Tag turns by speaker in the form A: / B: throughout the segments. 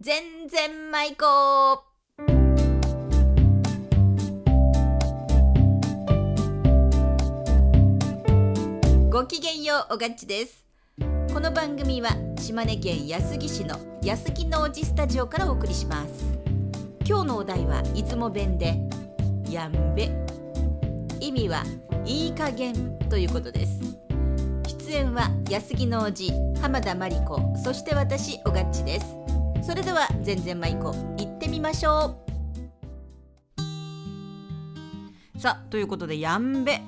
A: 全然舞子ごきげんようおがっちですこの番組は島根県安来市の安来農地スタジオからお送りします今日のお題はいつも弁でやんべ意味はいい加減ということです出演は安来農地浜田真理子そして私おがっちですそれでは全然舞子行ってみましょうさあということでやんべ、
B: うん。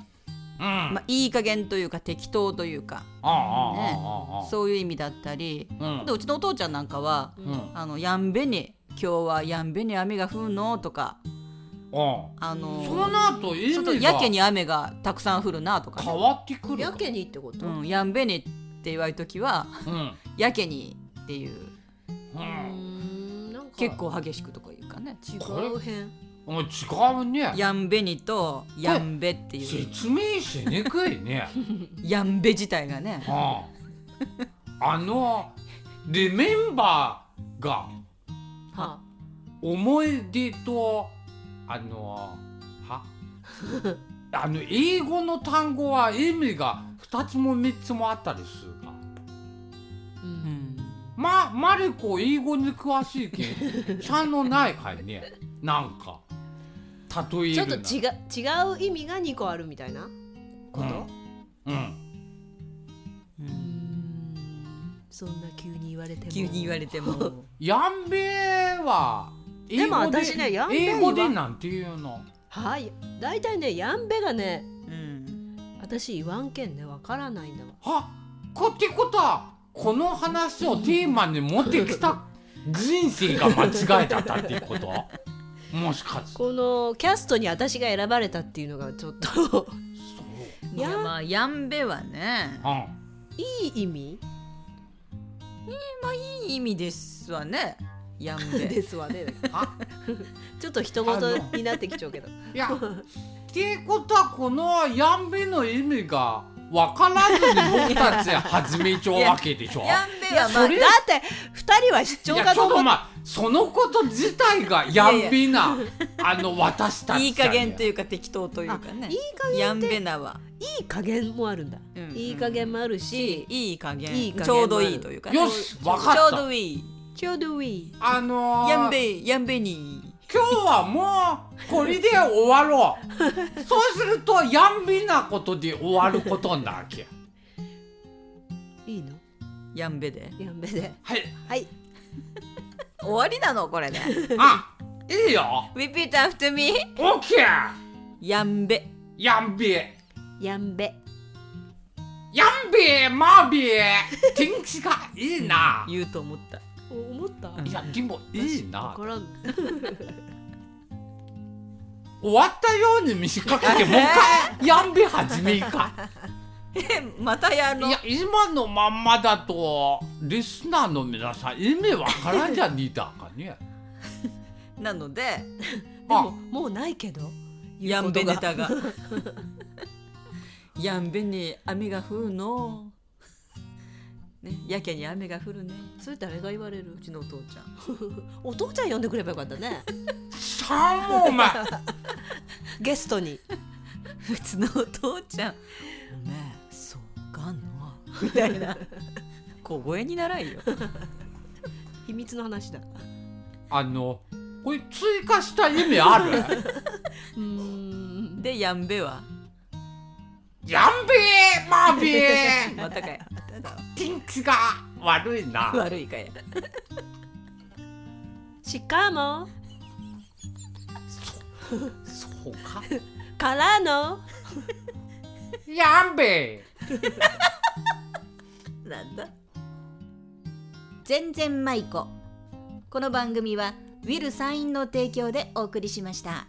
B: あ
A: まあ、いい加減というか適当というか
B: あ
A: ね
B: ああああ
A: そういう意味だったり
B: あ。うん
A: でうちのお父ちゃんなんかは
B: うん。うん。
A: 「あのやんべに今日はやんべに雨が降るの?」とか
B: あ
A: 「あの
B: あ。その後意
A: ちょっと
B: 味
A: や
B: が
A: けに雨がたくさん降るな」とか
B: 変
A: ね、
B: わってくる。
C: やけにってこと、
A: うん「やんべに」って言われる時は
B: うん。
A: 「やけに」っていう
B: う
C: うー
B: ん。
C: んなんか
A: 結構激しくとかいうかね
C: 違う編
B: お前違うね。
A: やんべにとやんべっていう
B: 説明しにくいね。
A: やんべ自体がね
B: ああ。あの、リメンバーが
C: は
B: 思い出と、あの、はあの、英語の単語は意味が二つも三つもあったりするが。
A: う
C: う
A: んん
B: ま、マリコ英語に詳しいけ ん、ちゃんのないかいね。なんか、例え
C: ちょ
B: る
C: っと
B: な
C: 違う違う意味が2個あるみたいなこと、
B: うん。
A: うん
C: そんな急に言われても
A: 急に言われても
B: やんべえは、英
C: でも
B: 語で、
C: 私ねやんべえは
B: 英語でなんていうの。
C: はい大体ねやんべがね
A: うん
C: 私言わんけんねわからないんだわ
B: あ、こってことは、この話をテーマに持ってき た人生が間違えちゃったっていうこともしかして。
C: このキャストに私が選ばれたっていうのがちょっと
B: そう。
A: いや
C: やん
A: まあやんべはね
B: うん。
C: いい意味
A: いい意味ですわねやんべ
C: ですわね
B: あ、
C: ちょっと人事になってきちゃうけど
B: いや、っていうことは、このやんべえの意味が、わからずに僕たち始めちゃうわけでしょ。
A: やんべはま
C: だ
A: あ
C: って2人は主
B: い
C: 張
B: や
C: か
B: ちょ
C: と
B: っと
C: 思っ
B: まあそのこと自体がやんべ なあの私たち
A: いい加減と
B: いう
A: いうか適当というかね
C: あいい加減
A: やんべなは
C: ていい加減もあるんだ、
A: うん
C: いい加減もあるし
A: しいい加減
C: いい加減
A: ちょうどいいというかね
B: よしわか
A: ちょ
B: っ
A: うど
B: た
A: いい
C: ちょうどいい
B: あのー、
A: やんべやんべに
B: 今日はもうこれで終わろ うそうするとやんべなことで終わることになるわけ
C: いいの
A: やんべで
C: やんべで
B: はい
C: はい
A: 終わりなのこれで
B: あいいよ
A: Repeat after me
B: オッケー
A: やんべ
B: やんべ
C: やんべ
B: やんべまべ天気がいいな
A: 言うと思った
C: お思った
A: ん
B: いやでもいいな
C: わからん
B: 終わったように見せかけてもう一回やんべ始めい か
A: えまたやろ
B: いや今のまんまだとリスナーの皆さん意味わからんじゃねえだかね
A: うなので
C: でも
B: あ
C: もうないけど
A: や
C: 言うんこと
A: べ
C: が
A: ネタ がやんべに雨が降るのねやけに雨が降るね
C: それ誰が言われる
A: うちのお父ちゃん
C: お父ちゃん呼んでくればよかったね
B: さあもうお前
C: ゲストに
A: うちのお父ちゃんおめえそうかんのみたいな 小声にならんよ
C: 秘密の話だ
B: あのこれ追加した意味ある
C: うーん
A: でやんべは
B: やんべえまべえ
A: またかいまただ
B: 天気が悪いな
A: 悪いかい
C: しかも
B: そうか
C: からの
B: やんべえ
A: なんだ
D: 全然舞子この番組はウィル・サインの提供でお送りしました。